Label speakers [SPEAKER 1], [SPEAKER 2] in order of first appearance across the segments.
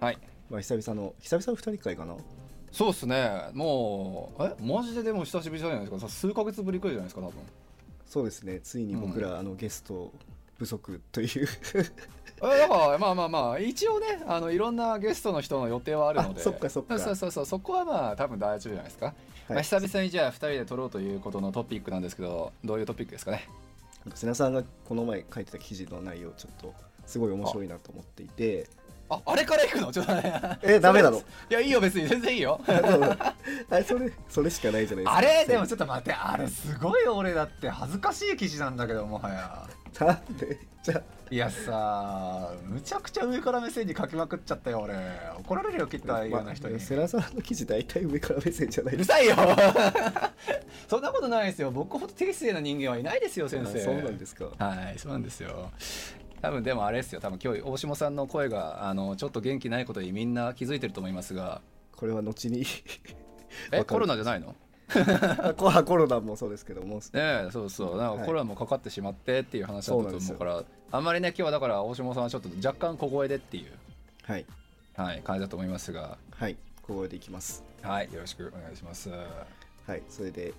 [SPEAKER 1] はい
[SPEAKER 2] まあ、久々の久々の2人会かな
[SPEAKER 1] そうっすねもうえマジででも久しぶりじゃないですかさ数ヶ月ぶりくらいじゃないですか多分
[SPEAKER 2] そうですねついに僕ら、あのゲスト不足という
[SPEAKER 1] えだからまあまあまあ一応ねあのいろんなゲストの人の予定はあるので
[SPEAKER 2] あそっかそっか
[SPEAKER 1] そうそうそうそこはまあ多分大丈夫じゃないですか、まあ、久々にじゃあ2人で撮ろうということのトピックなんですけどどういうトピックですかね
[SPEAKER 2] なんか瀬名さんがこの前書いてた記事の内容ちょっとすごい面白いなと思っていて
[SPEAKER 1] ああれから行くのちょっとね
[SPEAKER 2] えダメなの
[SPEAKER 1] いやいいよ別に全然いいよ
[SPEAKER 2] あれ それそれしかないじゃないですか
[SPEAKER 1] あれでも
[SPEAKER 2] ち
[SPEAKER 1] ちょっと待ってあれすごい俺だって恥ずかしい記事なんだけどもはや
[SPEAKER 2] ょなんでじゃ
[SPEAKER 1] いやさむちゃくちゃ上から目線に書きまくっちゃったよ俺怒られるよきっ
[SPEAKER 2] あ
[SPEAKER 1] たいろんな人に、
[SPEAKER 2] 瀬名さんの記事大体上から目線じゃ
[SPEAKER 1] う
[SPEAKER 2] ない
[SPEAKER 1] る
[SPEAKER 2] です
[SPEAKER 1] さいよ そんなことないですよ僕ほど低姿勢な人間はいないですよ
[SPEAKER 2] か
[SPEAKER 1] 先生
[SPEAKER 2] そうなんですか
[SPEAKER 1] はいそうなんですよ多分でもあれですよ多分今日大下さんの声があのちょっと元気ないことにみんな気づいてると思いますが
[SPEAKER 2] これは後 に
[SPEAKER 1] え
[SPEAKER 2] わか
[SPEAKER 1] コ
[SPEAKER 2] る
[SPEAKER 1] ロナじゃないの
[SPEAKER 2] あコあコロナもそうですけども
[SPEAKER 1] ねえそうそうなんか
[SPEAKER 2] はい
[SPEAKER 1] コロナもかかってしまってっていう話だったと思うから、あんまりね今日はだから大下さんはちょっと若干小声でっていう、
[SPEAKER 2] はい
[SPEAKER 1] はい、感じだと思いますが
[SPEAKER 2] はい小声でいきます
[SPEAKER 1] はいよろしくお願いします
[SPEAKER 2] はいそれで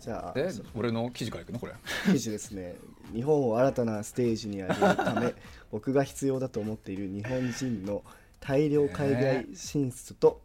[SPEAKER 2] じゃあ
[SPEAKER 1] え俺の記事からいくのこれ
[SPEAKER 2] 記事ですね日本を新たなステージに上げる ため僕が必要だと思っている日本人の大量海外進出と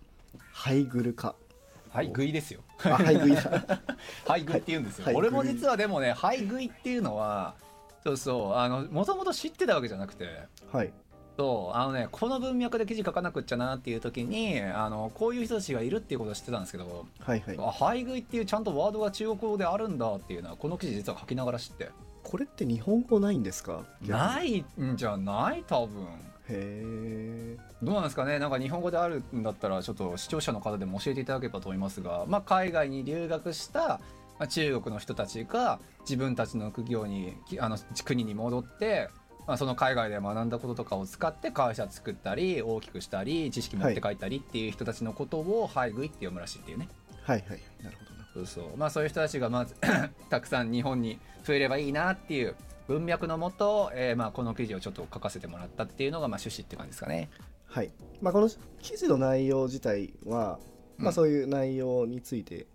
[SPEAKER 2] ハイグル化、
[SPEAKER 1] はい食いですよ
[SPEAKER 2] あハイグイだ
[SPEAKER 1] はい食いって言うんですよ、
[SPEAKER 2] はい
[SPEAKER 1] 俺も実はでもねはい食いっていうのはそうそうあのもともと知ってたわけじゃなくて
[SPEAKER 2] はい
[SPEAKER 1] そうあのねこの文脈で記事書かなくっちゃなっていう時にあのこういう人たちがいるっていうことを知ってたんですけど
[SPEAKER 2] はいはい
[SPEAKER 1] あはい食いっていうちゃんとワードが中国語であるんだっていうのはこの記事実は書きながら知って
[SPEAKER 2] これって日本語ないんですか
[SPEAKER 1] ないいんじゃない多分
[SPEAKER 2] へえ
[SPEAKER 1] どうなんですかねなんか日本語であるんだったらちょっと視聴者の方でも教えていただければと思いますが、まあ、海外に留学したまあ中国の人たちが自分たちの企業にきあの国に戻って、まあ、その海外で学んだこととかを使って会社作ったり大きくしたり知識持って帰ったりっていう人たちのことを「ハイグイ」って読むらしいっていうね。
[SPEAKER 2] はいはいなるほどな
[SPEAKER 1] そうそうまあそういう人たちがまず たくさん日本に増えればいいなっていう文脈のもと、えーまあこの記事をちょっと書かせてもらったっていうのがまあ趣旨って感じですかね。
[SPEAKER 2] はい、まあ、この記事の内容自体は、
[SPEAKER 1] う
[SPEAKER 2] まあ、
[SPEAKER 1] ん
[SPEAKER 2] そういう内容について、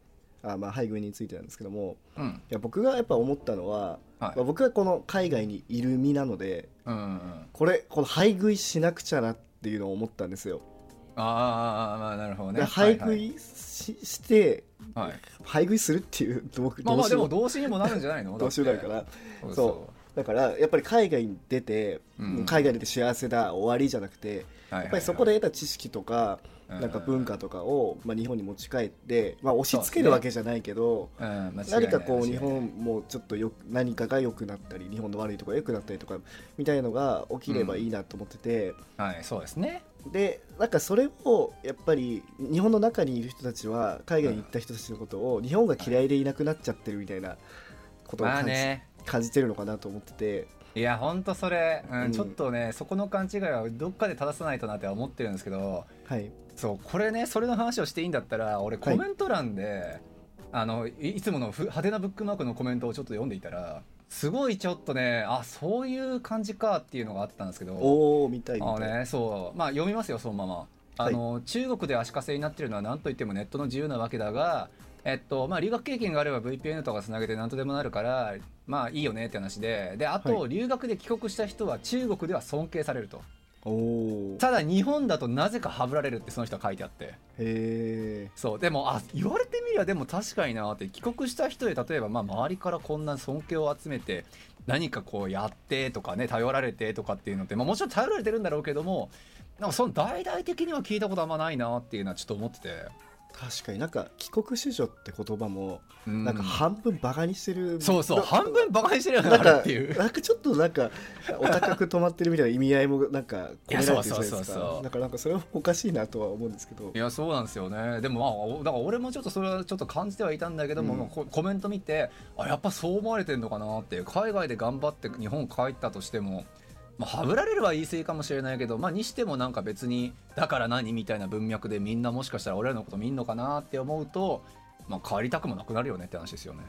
[SPEAKER 2] あまあ、配偶についてなんですけども
[SPEAKER 1] うん、
[SPEAKER 2] いや僕がやっぱ思ったのは、
[SPEAKER 1] はい
[SPEAKER 2] まあ僕はこの海外にいる身なので
[SPEAKER 1] うんうんうん
[SPEAKER 2] これこの配食いしなくちゃなっていうのを思ったんですよ。
[SPEAKER 1] あーまあなるほどね。
[SPEAKER 2] で配食いし,、して
[SPEAKER 1] はいはい、はい
[SPEAKER 2] 配食いするっていうどう
[SPEAKER 1] まあ
[SPEAKER 2] ど
[SPEAKER 1] まあ
[SPEAKER 2] うし
[SPEAKER 1] で
[SPEAKER 2] よ
[SPEAKER 1] も
[SPEAKER 2] う
[SPEAKER 1] 動詞にもなるんじゃないの
[SPEAKER 2] どうしようないか。
[SPEAKER 1] だっ
[SPEAKER 2] ら
[SPEAKER 1] て
[SPEAKER 2] そう
[SPEAKER 1] そ
[SPEAKER 2] だからやっぱり海外に出て、
[SPEAKER 1] うんうん
[SPEAKER 2] 海外に出て幸せだ終わりじゃなくて
[SPEAKER 1] う。や
[SPEAKER 2] やっぱりそこで得た知識とか、なんか文化とかを、まあ、日本に持ち帰って、まあ、押し付けるわけじゃないけど。何かこう日本もちょっとよく何かが良くなったり日本の悪いところが良くなったりとかみたいのが起きればいいなと思ってて、
[SPEAKER 1] はいそうですね。
[SPEAKER 2] でなんかそれをやっぱり日本の中にいる人たちは海外に行った人たちのことを日本が嫌いでいなくなっちゃってるみたいなことを
[SPEAKER 1] まあ
[SPEAKER 2] 感じ,、
[SPEAKER 1] ね
[SPEAKER 2] 感じてるのかなと思ってて
[SPEAKER 1] いやほんとそれ、うん
[SPEAKER 2] うん
[SPEAKER 1] ちょっとねそこの勘違いはどっかで正さないとなって思ってるんですけど
[SPEAKER 2] はい
[SPEAKER 1] そうこれねそれの話をしていいんだったら俺コ
[SPEAKER 2] はい
[SPEAKER 1] メント欄で、あのいいつものふ派手なブックマークのコメントをちょっと読んでいたらすごいちょっとねあそういう感じかっていうのがあったんですけど
[SPEAKER 2] おおみたい
[SPEAKER 1] あ
[SPEAKER 2] みた
[SPEAKER 1] の
[SPEAKER 2] い、
[SPEAKER 1] ねそうまあ読みますよそのままあの、中国で足かせになってるのは何といってもネットの自由なわけだがえっとまあ留学経験があれば VPN とかつなげて何とでもなるからまあいいよねって話でであと、
[SPEAKER 2] は
[SPEAKER 1] 留学で帰国した人は中国では尊敬されると
[SPEAKER 2] おお
[SPEAKER 1] ただ日本だとなぜかハブられるってその人は書いてあって
[SPEAKER 2] へえ
[SPEAKER 1] そうでもあ言われてみりゃでも確かになって帰国した人で例えばまあ周りからこんな尊敬を集めて何かこうやってとかね頼られてとかっていうのって、まあ、もちろん頼られてるんだろうけどもなんかその大々的には聞いたことあんまないなっていうのはちょっと思ってて
[SPEAKER 2] 確かになんか帰国子女って言葉もなんか半分バカにしてる、
[SPEAKER 1] そうそう半分バカにしてるよう
[SPEAKER 2] な
[SPEAKER 1] に
[SPEAKER 2] ん
[SPEAKER 1] なる
[SPEAKER 2] か
[SPEAKER 1] っていう
[SPEAKER 2] なんかちょっとなんかお高く止まってるみたいな意味合いもなんか込められてるじゃない
[SPEAKER 1] いやそうそ
[SPEAKER 2] で
[SPEAKER 1] う
[SPEAKER 2] す
[SPEAKER 1] そうそ
[SPEAKER 2] か
[SPEAKER 1] う
[SPEAKER 2] なんかなんかそれはおかしいなとは思うんですけど
[SPEAKER 1] いやそうなんですよねでもまあおだから俺もちょっとそれはちょっと感じてはいたんだけども、
[SPEAKER 2] うん
[SPEAKER 1] まあこコメント見てあやっぱそう思われてんのかなっていう海外で頑張って日本帰ったとしても、まあ、はぶられるは言い過ぎかもしれないけどまあにしてもなんか別にだから何みたいな文脈でみんなもしかしたら俺らのこと見んのかなって思うと、まあ、帰りたくもなくなるよねって話ですよね。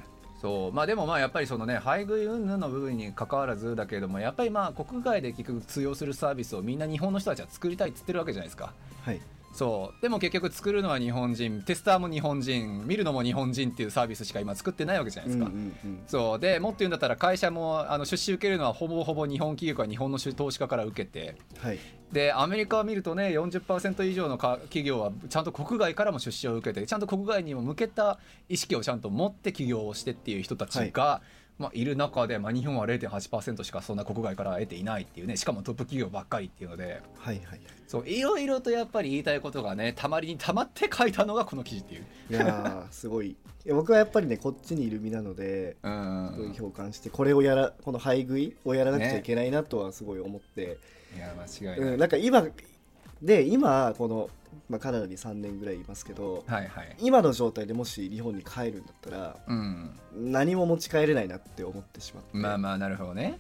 [SPEAKER 1] そうまあ、でもまあやっぱりそのね配偶云々の部分に関わらずだけれどもやっぱりまあ国外で結局通用するサービスをみんな日本の人たちは作りたいっつってるわけじゃないですか。
[SPEAKER 2] はい
[SPEAKER 1] そうでも結局作るのは日本人テスターも日本人見るのも日本人っていうサービスしか今作ってないわけじゃないですか、
[SPEAKER 2] うんうんうん
[SPEAKER 1] そうでもっと言うんだったら会社もあの出資受けるのはほぼほぼ日本企業か日本の投資家から受けて
[SPEAKER 2] はい
[SPEAKER 1] でアメリカを見るとね40%以上のか企業はちゃんと国外からも出資を受けてちゃんと国外にも向けた意識をちゃんと持って起業をしてっていう人たちが、まあ、いる中で、まあ、日本は0.8%しかそんな国外から得ていないっていうねしかもトップ企業ばっかりっていうので。
[SPEAKER 2] はいはい
[SPEAKER 1] そういろいろとやっぱり言いたいことがねたまりにたまって書いたのがこの記事っていう。
[SPEAKER 2] いやーすごいいや僕はやっぱりねこっちにいる身なので
[SPEAKER 1] うん
[SPEAKER 2] すごい共感してこれをやらこの配食いをやらなくちゃいけないなとはすごい思って、
[SPEAKER 1] いや間違いない。
[SPEAKER 2] うん、なんか今で今この、まあ、カナダに3年ぐらいいますけど
[SPEAKER 1] はいはい。
[SPEAKER 2] 今の状態でもし日本に帰るんだったら
[SPEAKER 1] うん、
[SPEAKER 2] 何も持ち帰れないなって思ってしまって、
[SPEAKER 1] まあまあなるほどね。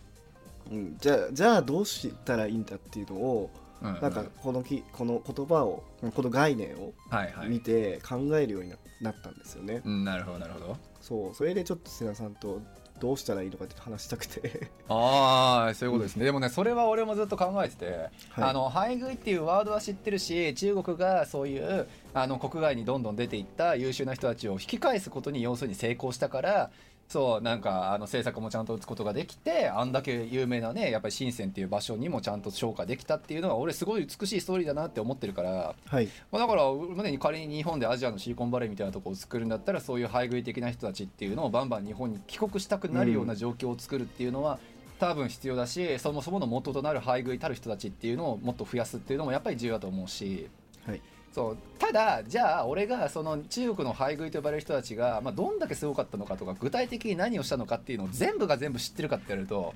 [SPEAKER 2] うん、じゃあじゃあどうしたらいいんだっていうのを、
[SPEAKER 1] うん
[SPEAKER 2] なんかこのきこの言葉をこの概念を
[SPEAKER 1] はいは
[SPEAKER 2] 見
[SPEAKER 1] い。
[SPEAKER 2] て考えるようにななったんですよね、
[SPEAKER 1] うん、なるほどなるほど。
[SPEAKER 2] そうそれでちょっと瀬名さんとどうしたらいいのかって話した くて
[SPEAKER 1] ああそういうことですね、でもねそれは俺もずっと考えてて、
[SPEAKER 2] はい
[SPEAKER 1] あの配偶っていうワードは知ってるし中国がそういうあの国外にどんどん出ていった優秀な人たちを引き返すことに要するに成功したからそうなんかあの政策もちゃんと打つことができてあんだけ有名なねやっぱり深センっていう場所にもちゃんと昇華できたっていうのは俺すごい美しいストーリーだなって思ってるから。
[SPEAKER 2] はい
[SPEAKER 1] まあ、だから俺もね仮に日本でアジアのシリコンバレーみたいなところを作るんだったらそういう配偶的な人たちっていうのをバンバン日本に帰国したくなるような状況を作るっていうのは、多分必要だしそもそもの元となる配偶たる人たちっていうのをもっと増やすっていうのもやっぱり重要だと思うし。
[SPEAKER 2] はい
[SPEAKER 1] そうただじゃあ俺がその中国の配偶と呼ばれる人たちが、まあ、どんだけすごかったのかとか具体的に何をしたのかっていうのを全部が全部知ってるかってやると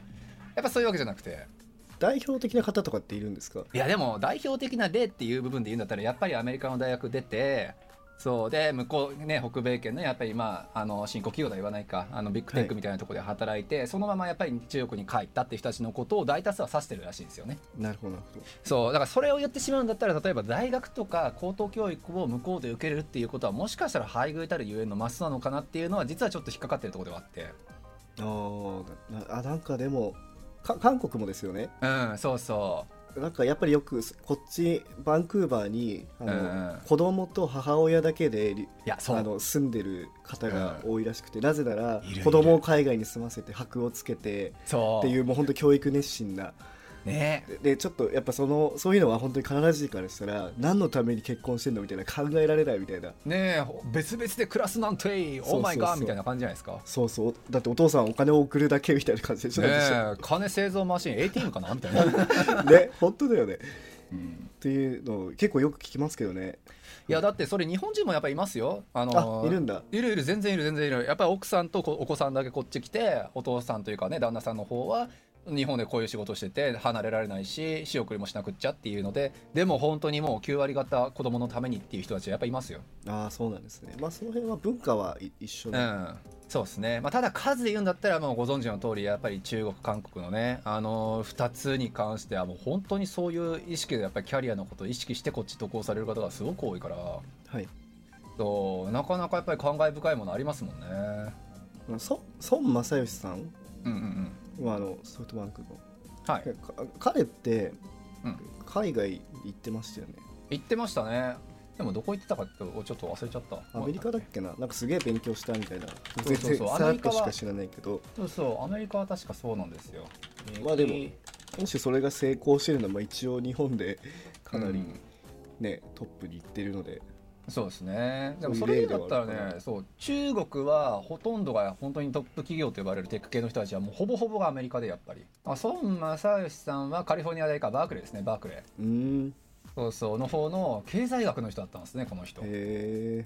[SPEAKER 1] やっぱそういうわけじゃなくて
[SPEAKER 2] 代表的な方とかっているんですか
[SPEAKER 1] いやでも代表的な例っていう部分で言うんだったらやっぱりアメリカの大学出てそうで向こうね北米圏のやっぱりまああの新興企業とは言わないかあのビッグテッ
[SPEAKER 2] は
[SPEAKER 1] ク
[SPEAKER 2] い
[SPEAKER 1] みたいなところで働いて、そのままやっぱり中国に帰ったっていう人たちのことを大多数は指してるらしいんですよね。
[SPEAKER 2] なるほどなるほど
[SPEAKER 1] そうだからそれを言ってしまうんだったら例えば大学とか高等教育を向こうで受けれるっていうことはもしかしたら配偶たるゆえんのマスなのかなっていうのは実はちょっと引っかかってるところではあって。
[SPEAKER 2] あーなあなんかでもか韓国もですよね
[SPEAKER 1] うんそうそう
[SPEAKER 2] なんかやっぱりよくこっちバンクーバーにあの、
[SPEAKER 1] うんうん
[SPEAKER 2] 子供と母親だけでり
[SPEAKER 1] いやそう
[SPEAKER 2] あの住んでる方が多いらしくて、なぜなら
[SPEAKER 1] いるいる
[SPEAKER 2] 子供を海外に住ませて箔をつけて
[SPEAKER 1] そ
[SPEAKER 2] っ
[SPEAKER 1] う
[SPEAKER 2] ていうもう本当教育熱心な
[SPEAKER 1] ね
[SPEAKER 2] ででちょっとやっぱそのそういうのは本当にカナダ人からしたら何のために結婚してんのみたいな考えられないみたいな
[SPEAKER 1] ねえほ別々で暮らすなんてい
[SPEAKER 2] そうそうそう
[SPEAKER 1] オーマイガーみたいな感じじゃないですか。
[SPEAKER 2] そうそうだってお父さんお金を送るだけみたいな感じでしょ、
[SPEAKER 1] ねえ金製造マシン ATM かなみたい な、
[SPEAKER 2] ね本当だよねっ
[SPEAKER 1] うん
[SPEAKER 2] ていうのを結構よく聞きますけどね
[SPEAKER 1] いやだってそれ日本人もやっぱりいますよあの
[SPEAKER 2] あいるんだ
[SPEAKER 1] いるいる全然いる全然いるやっぱり奥さんとこお子さんだけこっち来てお父さんというかね旦那さんの方は日本でこういう仕事してて離れられないし仕送りもしなくっちゃっていうのででも本当にもう9割方子供のためにっていう人たちはやっぱいますよ
[SPEAKER 2] ああそうなんですねまあその辺は文化はい一緒
[SPEAKER 1] う、
[SPEAKER 2] なん
[SPEAKER 1] そうですね、まあ、ただ数で言うんだったらもうご存知の通りやっぱり中国韓国のね、あのー、2つに関してはもう本当にそういう意識でやっぱりキャリアのことを意識してこっち渡航される方がすごく多いから
[SPEAKER 2] はい
[SPEAKER 1] そうなかなかやっぱり感慨深いものありますもんね。
[SPEAKER 2] あのそ孫正義さん
[SPEAKER 1] うんうん
[SPEAKER 2] まああのソフトバンクの
[SPEAKER 1] うんはい、
[SPEAKER 2] か彼って
[SPEAKER 1] うん
[SPEAKER 2] 海外行ってましたよね
[SPEAKER 1] 言ってましたねでもどこ行ってたかっておちょっと忘れちゃった
[SPEAKER 2] アメリカだっけななんかすげえ勉強したみたいな
[SPEAKER 1] そう
[SPEAKER 2] 全
[SPEAKER 1] そう
[SPEAKER 2] 然
[SPEAKER 1] そ
[SPEAKER 2] さ
[SPEAKER 1] うア
[SPEAKER 2] ら
[SPEAKER 1] メ
[SPEAKER 2] っ
[SPEAKER 1] リカ
[SPEAKER 2] と
[SPEAKER 1] は
[SPEAKER 2] しか知らないけど
[SPEAKER 1] そうそうアメリカは確かそうなんですよ
[SPEAKER 2] まあでももしそれが成功してるのはまあ一応日本でかな
[SPEAKER 1] う
[SPEAKER 2] り
[SPEAKER 1] ん
[SPEAKER 2] ね、トップに行ってるので
[SPEAKER 1] そうですね。でもそ
[SPEAKER 2] そうい
[SPEAKER 1] れ
[SPEAKER 2] う例で
[SPEAKER 1] だ
[SPEAKER 2] は
[SPEAKER 1] ったら
[SPEAKER 2] あるか
[SPEAKER 1] ね、
[SPEAKER 2] な
[SPEAKER 1] そう中国はほとんどが本当にトップ企業と呼ばれるテック系の人たちはもうほぼほぼがアメリカでやっぱり。あ、孫正義さんはカリフォルニア大学バークレーですね、バークレー。
[SPEAKER 2] うーん
[SPEAKER 1] そうそうの方の経済学の人だったんですねこの人。
[SPEAKER 2] へえ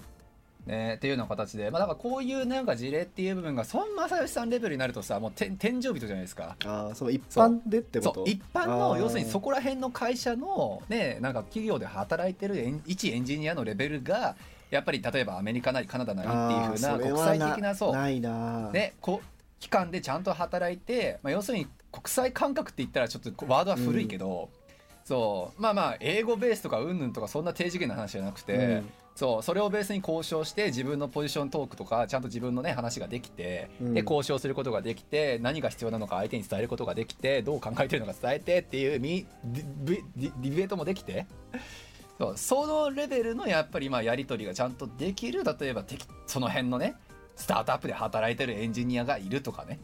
[SPEAKER 1] ね、っていうような形で、まあ、だからこういうなんか事例っていう部分が孫正義さんレベルになるとさもうて天井人じゃないですか。
[SPEAKER 2] ああその一般でってこ
[SPEAKER 1] そ
[SPEAKER 2] と
[SPEAKER 1] う一般
[SPEAKER 2] あ
[SPEAKER 1] の
[SPEAKER 2] ー
[SPEAKER 1] 要するにそこら辺の会社のねなんか企業で働いてるエン一エンジニアのレベルがやっぱり例えばアメリカなりカナダなりっていう
[SPEAKER 2] あ
[SPEAKER 1] ふ
[SPEAKER 2] ー
[SPEAKER 1] うな
[SPEAKER 2] それ
[SPEAKER 1] 国
[SPEAKER 2] は
[SPEAKER 1] 際的なそう
[SPEAKER 2] ないな
[SPEAKER 1] ね、こう期間でちゃんと働いて、まあ、要するに国際感覚って言ったらちょっとこうワードは古いけど、そうまあまあ英語ベースとかうんぬんとかそんな低次元な話じゃなくて、
[SPEAKER 2] うん
[SPEAKER 1] そうそれをベースに交渉して自分のポジショントークとかちゃんと自分のね話ができて、
[SPEAKER 2] うん
[SPEAKER 1] で交渉することができて何が必要なのか相手に伝えることができてどう考えてるのか伝えてっていうみディディディディベートもできて。そうそのレベルのやっぱりまあやり取りがちゃんとできる例えばてきその辺のねスタートアップで働いてるエンジニアがいるとかね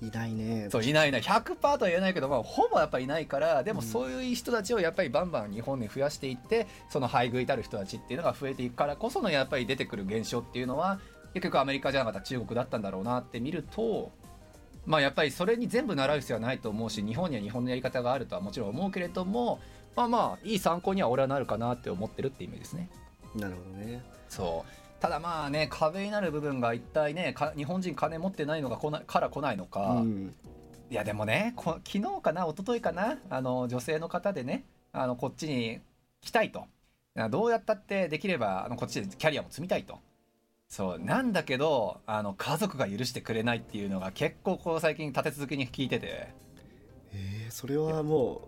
[SPEAKER 2] いないね
[SPEAKER 1] そういないいない100%とは言えないけど、まあ、ほぼやっぱりいないからでもそういう人たちをやっぱりバンバン日本に増やしていってその配偶いたる人たちっていうのが増えていくからこそのやっぱり出てくる現象っていうのは結局アメリカじゃなかった中国だったんだろうなって見ると。まあやっぱりそれに全部習う必要はないと思うし日本には日本のやり方があるとはもちろん思うけれどもまあまあいい参考には俺はなるかなって思ってるって意味ですね。
[SPEAKER 2] なるほどね
[SPEAKER 1] そうただまあね壁になる部分が一体ねか日本人金持ってないのがこなから来ないの
[SPEAKER 2] う
[SPEAKER 1] か、
[SPEAKER 2] ん
[SPEAKER 1] いやでもねこ昨日かな一昨日かなあの女性の方でねあのこっちに来たいとあどうやったってできればあのこっちでキャリアも積みたいとそうなんだけどあの家族が許してくれないっていうのが結構こう最近立て続けに聞いてて
[SPEAKER 2] えーそれはも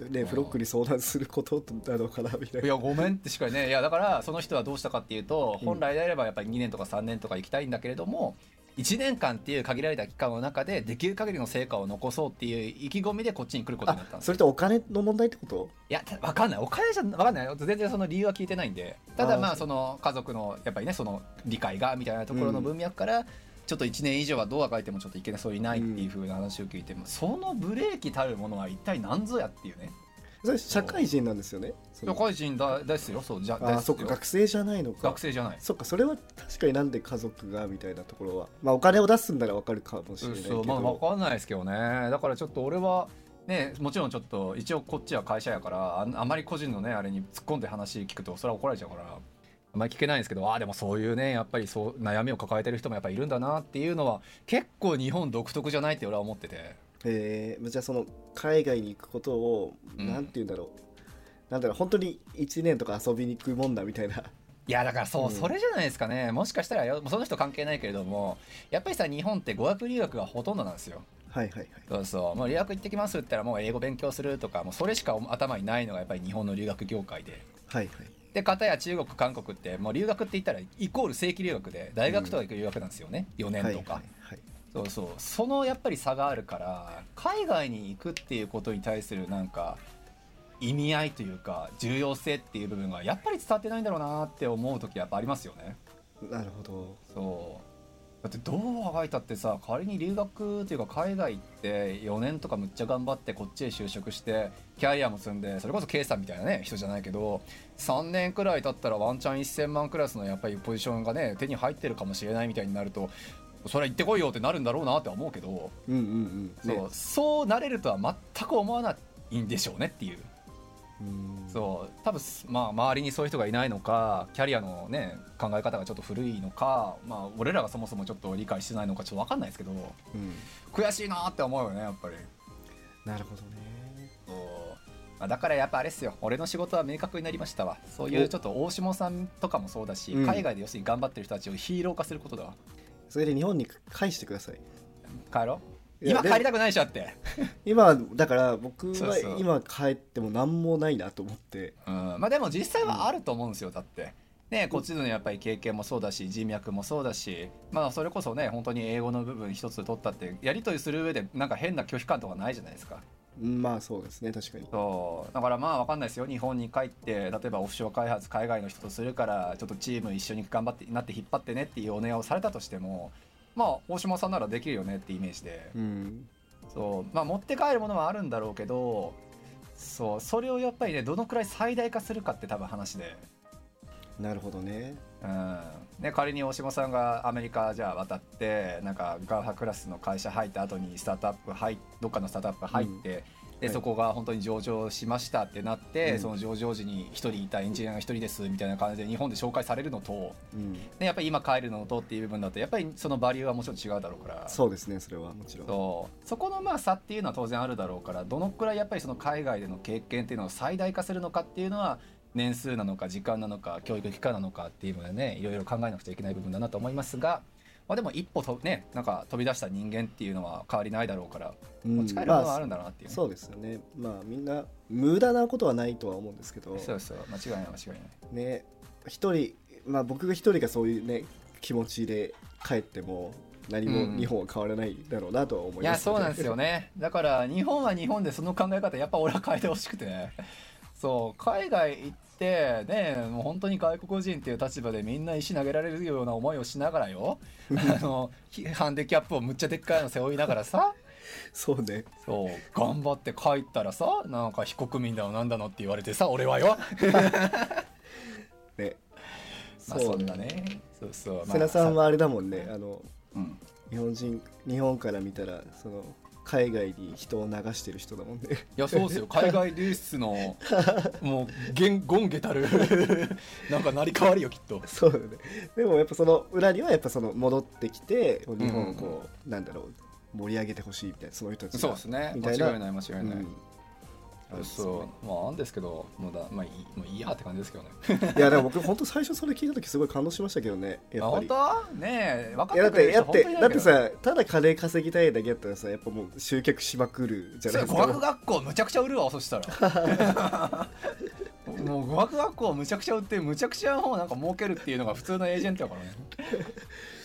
[SPEAKER 2] うね
[SPEAKER 1] うん
[SPEAKER 2] フロックに相談することなのかなみたい
[SPEAKER 1] い
[SPEAKER 2] な
[SPEAKER 1] やごめんってしかねいやだからその人はどうしたかっていうと本来であればやっぱり2年とか3年とか行きたいんだけれども1年間っていう限られた期間の中でできる限りの成果を残そうっていう意気込みでこっちに来ることになったん
[SPEAKER 2] あ
[SPEAKER 1] です
[SPEAKER 2] そ
[SPEAKER 1] よ
[SPEAKER 2] れってお金の問題ってこと
[SPEAKER 1] いやたわかんないお金じゃわかんない全然その理由は聞いてないんでただま
[SPEAKER 2] あ
[SPEAKER 1] あその家族のやっぱりねその理解がみたいなところの文脈から、ちょっと1年以上はどうあいてもちょっといけそうにないっていう風な話を聞いても、そのブレーキたるものは一体何ぞやっていうね
[SPEAKER 2] それ社会人なんですよねその
[SPEAKER 1] 社会人だですよそうじゃ
[SPEAKER 2] あ
[SPEAKER 1] で
[SPEAKER 2] ー
[SPEAKER 1] す
[SPEAKER 2] そっ
[SPEAKER 1] よ
[SPEAKER 2] か学生じゃないのか
[SPEAKER 1] 学生じゃない
[SPEAKER 2] そっかそれは確かになんで家族がみたいなところはまあお金を出すんならわかるかもしれないけ
[SPEAKER 1] そうまあ分
[SPEAKER 2] ど
[SPEAKER 1] かんないですけどねだからちょっと俺はねもちろんちょっと一応こっちは会社やからあんあまり個人のねあれに突っ込んで話聞くとそれは怒られちゃうからあんまり聞けないんですけどああでもそういうねやっぱりそう悩みを抱えてる人もやっぱいるんだなっていうのは結構日本独特じゃないって俺は思ってて
[SPEAKER 2] えーじゃあその海外に行くことを
[SPEAKER 1] うん
[SPEAKER 2] なんて言うんだろうなんだろう本当に1年とか遊びに行くもんだみたいない
[SPEAKER 1] やだからそう、
[SPEAKER 2] うん
[SPEAKER 1] それじゃないですかねもしかしたらよその人関係ないけれどもやっぱりさ日本って語学留学がほとんどなんですよ
[SPEAKER 2] はいはいはい
[SPEAKER 1] そうそうもう留学行ってきますって言ったらもう英語勉強するとかもうそれしか頭にないのがやっぱり日本の留学業界で
[SPEAKER 2] はいはい
[SPEAKER 1] で片や中国韓国ってもう留学って言ったらイコール正規留学で大学とか行く留学なんですよね、4年
[SPEAKER 2] はい
[SPEAKER 1] とか、
[SPEAKER 2] はいはい
[SPEAKER 1] そうそうそのやっぱり差があるから海外に行くっていうことに対するなんか意味合いというか重要性っていう部分がやっぱり伝わってないんだろうなって思う時やっぱありますよね
[SPEAKER 2] なるほど
[SPEAKER 1] そうだってどうあがいたってさ仮に留学というか海外行って4年とかむっちゃ頑張ってこっちへ就職してキャリアも積んでそれこそ K さんみたいなね人じゃないけど3年くらい経ったらワンチャン1000万クラスのやっぱりポジションがね手に入ってるかもしれないみたいになるとそれは行ってこいよってなるんだろうなっては思うけど、
[SPEAKER 2] うんうんうん
[SPEAKER 1] そうそうなれるとは全く思わないんでしょうねっていう。
[SPEAKER 2] うん
[SPEAKER 1] そう多分まあ周りにそういう人がいないのかキャリアのね考え方がちょっと古いのかまあ俺らがそもそもちょっと理解してないのかちょっと分かんないですけど
[SPEAKER 2] うん
[SPEAKER 1] 悔しいなって思うよねやっぱり
[SPEAKER 2] なるほどね
[SPEAKER 1] そう、まあ、だからやっぱあれっすよ俺の仕事は明確になりましたわそういう
[SPEAKER 2] お
[SPEAKER 1] ちょっと大下さんとかもそうだし、
[SPEAKER 2] うん
[SPEAKER 1] 海外で要するに頑張ってる人たちをヒーロー化することだわ
[SPEAKER 2] それで日本に返してください
[SPEAKER 1] 帰ろう
[SPEAKER 2] いや
[SPEAKER 1] 今帰りたくないでしょだって
[SPEAKER 2] 今はだから僕
[SPEAKER 1] そう
[SPEAKER 2] は
[SPEAKER 1] そう
[SPEAKER 2] 今帰っても何もないなと思って
[SPEAKER 1] うんまあでも実際はあると思うんですよだって。ね、こっちのやっぱり経験もそうだし人脈もそうだし、まあ、それこそね本当に英語の部分一つ取ったってやり取りする上でなんか変な拒否感とかないじゃないですか
[SPEAKER 2] うんまあそうですね確かに
[SPEAKER 1] そうだからまあ分かんないですよ日本に帰って例えばオフショア開発海外の人とするからちょっとチーム一緒に頑張ってなって引っ張ってねっていうお願いをされたとしてもまあ大島さんならできるよねってイメージで
[SPEAKER 2] うん
[SPEAKER 1] そうまあ持って帰るものはあるんだろうけどそうそれをやっぱりねどのくらい最大化するかって多分話で。
[SPEAKER 2] なるほどね
[SPEAKER 1] うんね、仮に大島さんがアメリカじゃあ渡ってなんかガーファクラスの会社入った後にスタートアップ入っどっかのスタートアップ入って、で
[SPEAKER 2] はい
[SPEAKER 1] そこが本当に上場しましたってなって、
[SPEAKER 2] うん
[SPEAKER 1] その上場時に一人いたエンジニアが一人ですみたいな感じで日本で紹介されるのと
[SPEAKER 2] うん、
[SPEAKER 1] でやっぱり今帰るのとっていう部分だとやっぱりそのバリューはもちろん違うだろうから
[SPEAKER 2] そうですねそれはもちろん
[SPEAKER 1] そうそこのまあ差っていうのは当然あるだろうからどのくらいやっぱりその海外での経験っていうのを最大化するのかっていうのは年数なのか時間なのか教育機関なのかっていうのでねいろいろ考えなくちゃいけない部分だなと思いますが、まあ、でも一歩とねなんか飛び出した人間っていうのは変わりないだろうから
[SPEAKER 2] うん
[SPEAKER 1] 持ち帰るものはあるんだなっていう
[SPEAKER 2] まあ
[SPEAKER 1] ね、
[SPEAKER 2] そうですよねまあみんな無駄なことはないとは思うんですけど
[SPEAKER 1] そうそう間違いない間違いない
[SPEAKER 2] ね一人まあ僕が一人がそういうね気持ちで帰っても何
[SPEAKER 1] うん
[SPEAKER 2] も日本は変わらないだろうなとは思
[SPEAKER 1] い
[SPEAKER 2] いま
[SPEAKER 1] や
[SPEAKER 2] すね、
[SPEAKER 1] そうなんですよねだから日本は日本でその考え方やっぱ俺は変えてほしくてそう海外行ってねもう本当に外国人っていう立場でみんな石投げられるような思いをしながら よあのひハンディキャップをむっちゃでっかいの背負いながらさ
[SPEAKER 2] そうね
[SPEAKER 1] そう頑張って帰ったらさなんか非国民だのなんだのって言われてさ俺は よ
[SPEAKER 2] ね
[SPEAKER 1] まあそんなねそうそう、まあ
[SPEAKER 2] 瀬名さんはあれだもんねあの
[SPEAKER 1] うん
[SPEAKER 2] 日本人日本から見たらその海外に人を流してる人だもんね
[SPEAKER 1] いやそう ですよ海外流出のもう言言下たる なんか成り代わりよきっと
[SPEAKER 2] そうだねでもやっぱその裏にはやっぱその戻ってきて日本をこう、なんだろう盛り上げてほしいみたいなその人たち
[SPEAKER 1] そう
[SPEAKER 2] が
[SPEAKER 1] ですね
[SPEAKER 2] み
[SPEAKER 1] 間
[SPEAKER 2] たい
[SPEAKER 1] 違
[SPEAKER 2] ない
[SPEAKER 1] ない間違いない、
[SPEAKER 2] うん
[SPEAKER 1] そうそうまあなんですけどもうだまあいいもういいやって感じですけどね
[SPEAKER 2] いやでも僕本当最初それ聞いた時すごい感動しましたけどねや
[SPEAKER 1] あ
[SPEAKER 2] っぱり
[SPEAKER 1] 本当ねえ分か
[SPEAKER 2] いやだ
[SPEAKER 1] っ
[SPEAKER 2] って
[SPEAKER 1] くれ
[SPEAKER 2] て
[SPEAKER 1] る人
[SPEAKER 2] やっ
[SPEAKER 1] 本
[SPEAKER 2] て
[SPEAKER 1] 当にい
[SPEAKER 2] だ
[SPEAKER 1] ないけ
[SPEAKER 2] って
[SPEAKER 1] ど
[SPEAKER 2] さただ金稼ぎたいだけやったらさやっぱもう集客しまくるじゃ
[SPEAKER 1] そ
[SPEAKER 2] ない
[SPEAKER 1] れ
[SPEAKER 2] です
[SPEAKER 1] 語
[SPEAKER 2] か
[SPEAKER 1] 学学校むちゃくちゃ売るわそしたら もう語学学校むちゃくちゃ売ってむちゃくちゃもうなんか儲けるっていうのが普通のエージェントだからね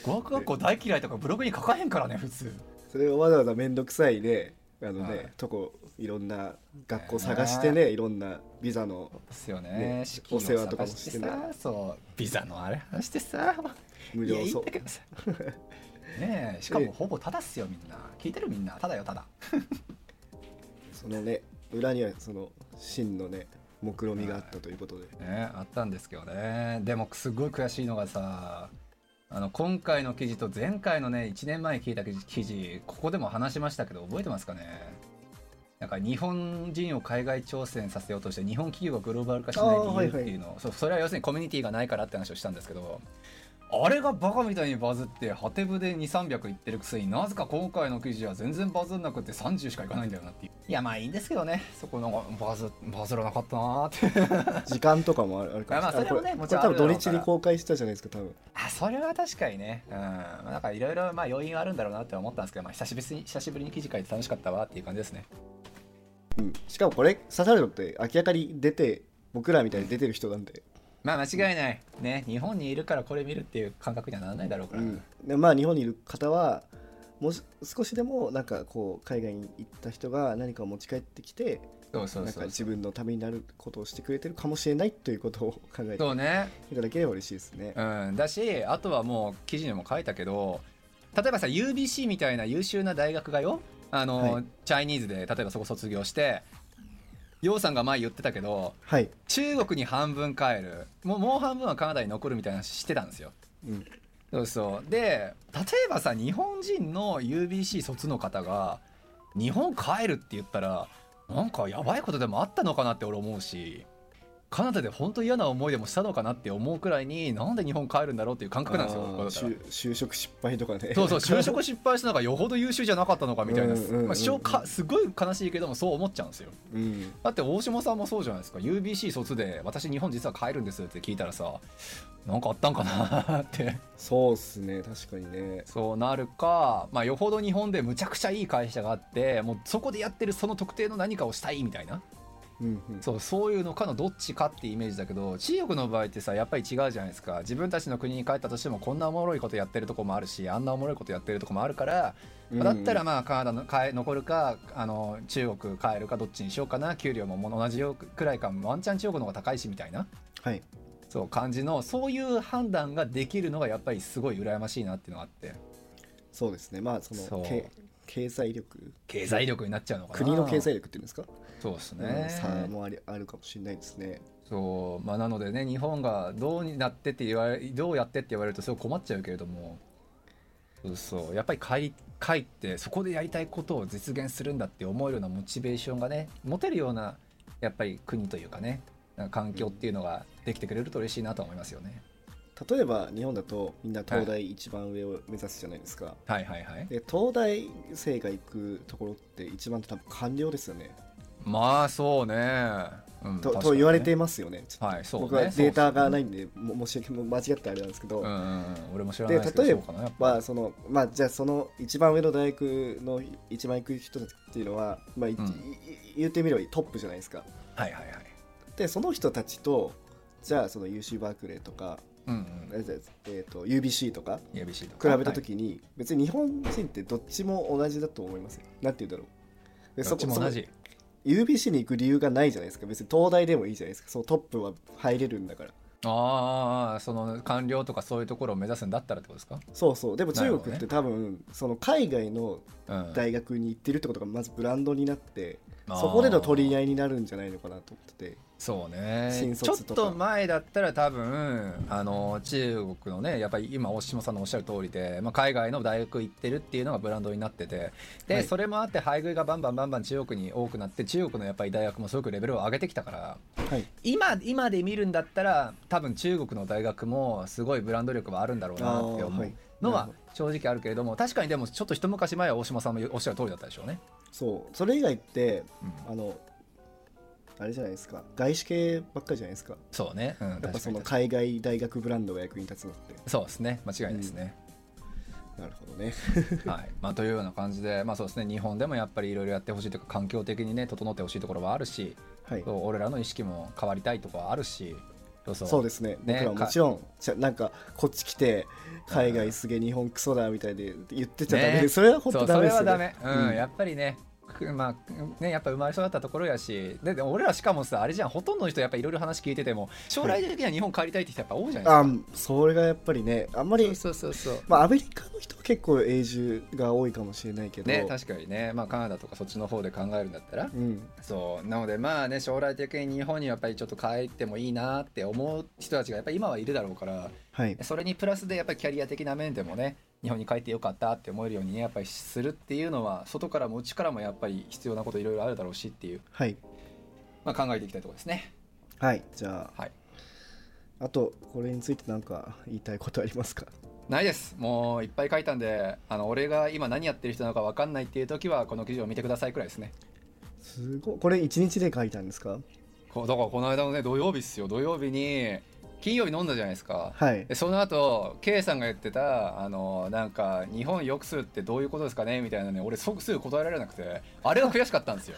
[SPEAKER 1] 語学学校大嫌いとかブログに書かへんからね普通
[SPEAKER 2] それをわざわざ面倒くさいねあのね、
[SPEAKER 1] はい
[SPEAKER 2] とこいろんな学校探してねいろんなビザの
[SPEAKER 1] ですよね
[SPEAKER 2] ね
[SPEAKER 1] 資金
[SPEAKER 2] お
[SPEAKER 1] を
[SPEAKER 2] 世話とか
[SPEAKER 1] 探
[SPEAKER 2] も
[SPEAKER 1] し
[SPEAKER 2] しててね
[SPEAKER 1] さそうビザのあれ話してさ
[SPEAKER 2] 無
[SPEAKER 1] いや
[SPEAKER 2] 料
[SPEAKER 1] いいん
[SPEAKER 2] そ
[SPEAKER 1] だ
[SPEAKER 2] う
[SPEAKER 1] けど さねえしかもほぼただっすよみんな聞いてるみんなただよただ
[SPEAKER 2] そのね裏にはその真のね目論みがあったということで、
[SPEAKER 1] ねあったんですけどねでもすごい悔しいのがさあの今回の記事と前回のね1年前に聞いた記事記事ここでも話しましたけど覚えてますかねなんか日本人を海外挑戦させようとして日本企業がグローバル化しない理由っていうのそうそれは要するにコミュニティがないからって話をしたんですけどあれがバカみたいにバズってハテブで2300いってるくせになぜか今回の記事は全然バズんなくて30しかいかないんだよなっていういやまあいいんですけどねそこなんかバズバズらなかったなーって
[SPEAKER 2] 時間とかもあるあるかも
[SPEAKER 1] あまあそれもね
[SPEAKER 2] こ
[SPEAKER 1] もち
[SPEAKER 2] こ
[SPEAKER 1] ろん
[SPEAKER 2] れ多
[SPEAKER 1] あるだろう
[SPEAKER 2] 分
[SPEAKER 1] から
[SPEAKER 2] 土日に公開したじゃないですか多分
[SPEAKER 1] あそれは確かにね、うん、まあなんかいろいろまあ要因はあるんだろうなって思ったんですけど、まあ、久しぶりに久しぶりに記事書いて楽しかったわっていう感じですね。
[SPEAKER 2] うんしかもこれ刺さるのって明らかに出て僕らみたいに出てる人なんで、
[SPEAKER 1] まあ間違いない、ね、日本にいるからこれ見るっていう感覚にはならないだろうから、
[SPEAKER 2] でまあ日本にいる方はもし少しでもなんかこう海外に行った人が何かを持ち帰ってきて
[SPEAKER 1] そうそう
[SPEAKER 2] なん
[SPEAKER 1] そ
[SPEAKER 2] か
[SPEAKER 1] う
[SPEAKER 2] 自分のためになることをしてくれてるかもしれないということを考えて
[SPEAKER 1] そうね、
[SPEAKER 2] いただければ嬉しいですね。
[SPEAKER 1] うん、だしあとはもう記事にも書いたけど例えばさ UBC みたいな優秀な大学がよあの、
[SPEAKER 2] はい
[SPEAKER 1] チャイニーズで例えばそこ卒業して楊さんが前言ってたけど
[SPEAKER 2] はい、
[SPEAKER 1] 中国に半分帰るもうもう半分はカナダに残るみたいな話してたんですよ。
[SPEAKER 2] うん
[SPEAKER 1] そうそうで例えばさ日本人の UBC 卒の方が日本帰るって言ったらなんかやばいことでもあったのかなって俺思うしカナダで本当嫌な思いでもしたのかなって思うくらいになんで日本帰るんだろうっていう感覚なんですよ
[SPEAKER 2] あー
[SPEAKER 1] 僕だったら
[SPEAKER 2] 就就職失敗とかね
[SPEAKER 1] そうそう就職失敗したのが よほど優秀じゃなかったのかみたいな
[SPEAKER 2] うんうんうんうん
[SPEAKER 1] まあしょうかすごい悲しいけどもそう思っちゃうんですよ
[SPEAKER 2] うん、
[SPEAKER 1] だって大島さんもそうじゃないですか UBC 卒で私日本実は帰るんですって聞いたらさなんかあったんかなって
[SPEAKER 2] そうっすね確かにね
[SPEAKER 1] そうなるか、まあ、よほど日本でむちゃくちゃいい会社があってもうそこでやってるその特定の何かをしたいみたいな
[SPEAKER 2] うんうん
[SPEAKER 1] そうそういうのかのどっちかっていうイメージだけど中国の場合ってさやっぱり違うじゃないですか自分たちの国に帰ったとしてもこんなおもろいことやってるとこもあるしあんなおもろいことやってるとこもあるから、
[SPEAKER 2] うん
[SPEAKER 1] だったらまあカナダの帰残るかあの中国帰るかどっちにしようかな給料ももう同じようくらいかワンチャン中国の方が高いしみたいな
[SPEAKER 2] はい
[SPEAKER 1] そう感じのそういう判断ができるのがやっぱりすごい羨ましいなっていうのがあって。
[SPEAKER 2] そうですねまあその
[SPEAKER 1] そう
[SPEAKER 2] け経済力
[SPEAKER 1] 経済力になっちゃうのかな
[SPEAKER 2] 国の経済力っていうんですか、
[SPEAKER 1] そうです
[SPEAKER 2] うん
[SPEAKER 1] ね、
[SPEAKER 2] 差もありあるかもしれないですね
[SPEAKER 1] そうまあなのでね日本がどうになってって言われどうやってって言われるとすごい困っちゃうけれどもそうそうやっぱり会会ってそこでやりたいことを実現するんだって思えるようなモチベーションがね持てるようなやっぱり国というかねなんか環境っていうのができてくれると嬉しいなと思いますよね。
[SPEAKER 2] 例えば日本だとみんな東大一番上を目指すじゃないですか、
[SPEAKER 1] はいはいはい
[SPEAKER 2] で東大生が行くところって一番って多分官僚ですよね
[SPEAKER 1] まあそうね,、うん、
[SPEAKER 2] と
[SPEAKER 1] 確か
[SPEAKER 2] と
[SPEAKER 1] にね
[SPEAKER 2] 言われていますよねちょっ
[SPEAKER 1] はい
[SPEAKER 2] と
[SPEAKER 1] そうね
[SPEAKER 2] 僕はデータがないいんでも申し訳間違ってあれなんですけど、
[SPEAKER 1] うんうんうん、俺も知らない
[SPEAKER 2] で
[SPEAKER 1] ですけど
[SPEAKER 2] 例え
[SPEAKER 1] そうかなやっぱ
[SPEAKER 2] まあそのまあ、じゃあその一番上の大学の一番行く人たちっていうのは、まあい
[SPEAKER 1] うん
[SPEAKER 2] い言ってみればトップじゃないですか
[SPEAKER 1] はいはいはい
[SPEAKER 2] でその人たちとじゃあその UC バークレーとか、
[SPEAKER 1] うん
[SPEAKER 2] えーえーと UBC とか
[SPEAKER 1] うん UBC と
[SPEAKER 2] 比
[SPEAKER 1] か
[SPEAKER 2] べた時に、別に日本人ってどっちも同じだと思いますよなんて言うんだろうで
[SPEAKER 1] はいどっちも同
[SPEAKER 2] そ
[SPEAKER 1] じ
[SPEAKER 2] の UBC に行く理由がないじゃないですか別に東大でもいいじゃないですかそのトップは入れるんだから
[SPEAKER 1] ああその官僚とかそういうところを目指すんだったらってことですか、
[SPEAKER 2] そうそうでも中
[SPEAKER 1] なるほど
[SPEAKER 2] 国っ
[SPEAKER 1] ね
[SPEAKER 2] て多分、その海外の
[SPEAKER 1] うん、
[SPEAKER 2] 大学に行ってるってことがまずブランドになって
[SPEAKER 1] あー
[SPEAKER 2] そこでの取り合いになるんじゃないのかなと思ってて
[SPEAKER 1] そうね
[SPEAKER 2] 新
[SPEAKER 1] ちょっ
[SPEAKER 2] 卒とか
[SPEAKER 1] と前だったら多分あの中国のねやっぱり今大島さんのおっしゃる通りで、まあ、海外の大学行ってるっていうのがブランドになっててで、
[SPEAKER 2] はい
[SPEAKER 1] それもあって配偶がバンバンバンバン中国に多くなって中国のやっぱり大学もすごくレベルを上げてきたから
[SPEAKER 2] はい
[SPEAKER 1] 今今で見るんだったら多分中国の大学もすごいブランド力はあるんだろうなって
[SPEAKER 2] あー
[SPEAKER 1] 思
[SPEAKER 2] は
[SPEAKER 1] う
[SPEAKER 2] い
[SPEAKER 1] の
[SPEAKER 2] な
[SPEAKER 1] は
[SPEAKER 2] るほ
[SPEAKER 1] 正直あるけれども確かにでもちょっと一昔前は大島さんもおっしゃる通りだったでしょうね。
[SPEAKER 2] そうそれ以外って
[SPEAKER 1] うん
[SPEAKER 2] あのあれじゃないですか外資系ばっかりじゃないですか
[SPEAKER 1] そうね、うん、
[SPEAKER 2] やっぱその
[SPEAKER 1] 確かに
[SPEAKER 2] 海外大学ブランドが役に立つのって
[SPEAKER 1] そうですね間違いないですね。
[SPEAKER 2] なるほどね
[SPEAKER 1] はいまあ、というような感じで、まあそうですね、日本でもやっぱりいろいろやってほしいというか環境的にね整ってほしいところはあるし
[SPEAKER 2] はい
[SPEAKER 1] そう俺らの意識も変わりたいところはあるしそうそう
[SPEAKER 2] そうですね
[SPEAKER 1] ね
[SPEAKER 2] 僕らもちろんじゃなんかこっち来て海外すげえ日本クソだみたいで言ってちゃダメで、
[SPEAKER 1] ね
[SPEAKER 2] それは本
[SPEAKER 1] そ
[SPEAKER 2] 当
[SPEAKER 1] う
[SPEAKER 2] ダ
[SPEAKER 1] そ
[SPEAKER 2] メ
[SPEAKER 1] れ
[SPEAKER 2] ですよ
[SPEAKER 1] は
[SPEAKER 2] ね
[SPEAKER 1] ダメ、うん
[SPEAKER 2] うん
[SPEAKER 1] やっぱりねくまあね、やっぱ生まれ育ったところやしでで俺らしかもさあれじゃんほとんどの人やっぱいろいろ話聞いてても将来的には日本帰りたいって人やっぱ多いじゃない
[SPEAKER 2] あそれがやっぱりねあんまり
[SPEAKER 1] ですか、そうそうそう
[SPEAKER 2] まあアメリカの人は結構永住が多いかもしれないけど
[SPEAKER 1] ね確かにね、まあ、カナダとかそっちの方で考えるんだったら
[SPEAKER 2] うん
[SPEAKER 1] そうなのでまあね将来的に日本にやっぱりちょっと帰ってもいいなって思う人たちがやっぱり今はいるだろうから
[SPEAKER 2] はい
[SPEAKER 1] それにプラスでやっぱりキャリア的な面でもね日本に帰ってよかったって思えるようにねやっぱりするっていうのは外からも内からもやっぱり必要なこといろいろあるだろうしっていう、
[SPEAKER 2] はい
[SPEAKER 1] まあ、考えていきたいところですね。
[SPEAKER 2] はいじゃあ、
[SPEAKER 1] はい
[SPEAKER 2] あとこれについて何か言いたいことありますか
[SPEAKER 1] ないですもういっぱい書いたんであの俺が今何やってる人なのか分かんないっていう時はこの記事を見てくださいくらいですね。
[SPEAKER 2] すごいこれ1日で書いたんですか
[SPEAKER 1] こうだからこの間のね土曜日っすよ土曜日に金曜日飲んだじゃないですか。
[SPEAKER 2] はい
[SPEAKER 1] でその後 K さんが言ってたあのなんか日本よくするってどういうことですかねみたいなね俺即すぐ答えられなくてあれが悔しかったんですよ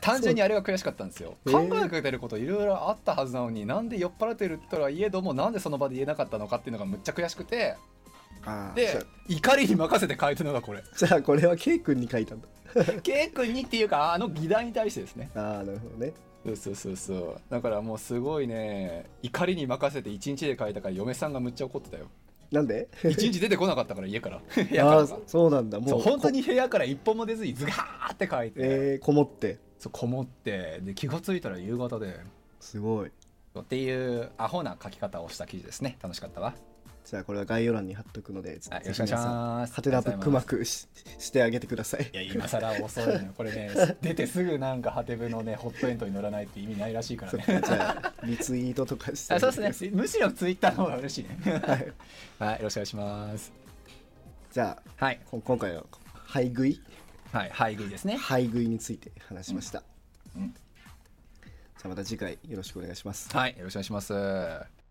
[SPEAKER 1] 単純にあれが悔しかったんですよ
[SPEAKER 2] へ
[SPEAKER 1] 考
[SPEAKER 2] ー
[SPEAKER 1] えてることいろいろあったはずなのになんで酔っ払ってるったらいえどもなんでその場で言えなかったのかっていうのがむっちゃ悔しくて
[SPEAKER 2] あーじゃ
[SPEAKER 1] で怒りに任せて変えたのがこれ
[SPEAKER 2] あじゃあこれは K 君に書いたんだ
[SPEAKER 1] K 君にっていうかあの議題に対してですね
[SPEAKER 2] ああなるほどね
[SPEAKER 1] そうそうそうそうだからもうすごいね怒りに任せて1日で変えたから嫁さんがむっちゃ怒ってたよ
[SPEAKER 2] なんで
[SPEAKER 1] 1日出てこなかったから家から部屋か
[SPEAKER 2] あ
[SPEAKER 1] ら
[SPEAKER 2] あそうなんだ
[SPEAKER 1] そ
[SPEAKER 2] も
[SPEAKER 1] う
[SPEAKER 2] う
[SPEAKER 1] 本当
[SPEAKER 2] こ
[SPEAKER 1] に部屋から一歩も出ずにズガーって書いて、
[SPEAKER 2] えー、こもって
[SPEAKER 1] そうこもってで気がついたら夕方です
[SPEAKER 2] ごい
[SPEAKER 1] っていうアホな書き方をした記事ですね楽しかったわ、
[SPEAKER 2] じゃあこれは概要欄に貼っとくので
[SPEAKER 1] はい、よ
[SPEAKER 2] ぜ
[SPEAKER 1] ろ
[SPEAKER 2] ひ
[SPEAKER 1] しくお願い
[SPEAKER 2] 皆
[SPEAKER 1] し
[SPEAKER 2] さん
[SPEAKER 1] ます
[SPEAKER 2] ハテナブックマー
[SPEAKER 1] 幕
[SPEAKER 2] クししてあげてください
[SPEAKER 1] いや今更遅いのよこれね出てすぐなんかハテブのねホットエンドに乗らないって意味ないらしいから
[SPEAKER 2] そっ
[SPEAKER 1] ね
[SPEAKER 2] かじゃあリツイートとかして
[SPEAKER 1] あそうですねむしろツイッターの方が嬉しいね
[SPEAKER 2] はい
[SPEAKER 1] はいよろしくお願いします
[SPEAKER 2] じゃあ
[SPEAKER 1] はい
[SPEAKER 2] こ今回は配食い
[SPEAKER 1] はい配偶ですね
[SPEAKER 2] 配食いについて話しました、
[SPEAKER 1] うんうん
[SPEAKER 2] じゃあまた次回よろしくお願いします
[SPEAKER 1] はいよろしくお願いします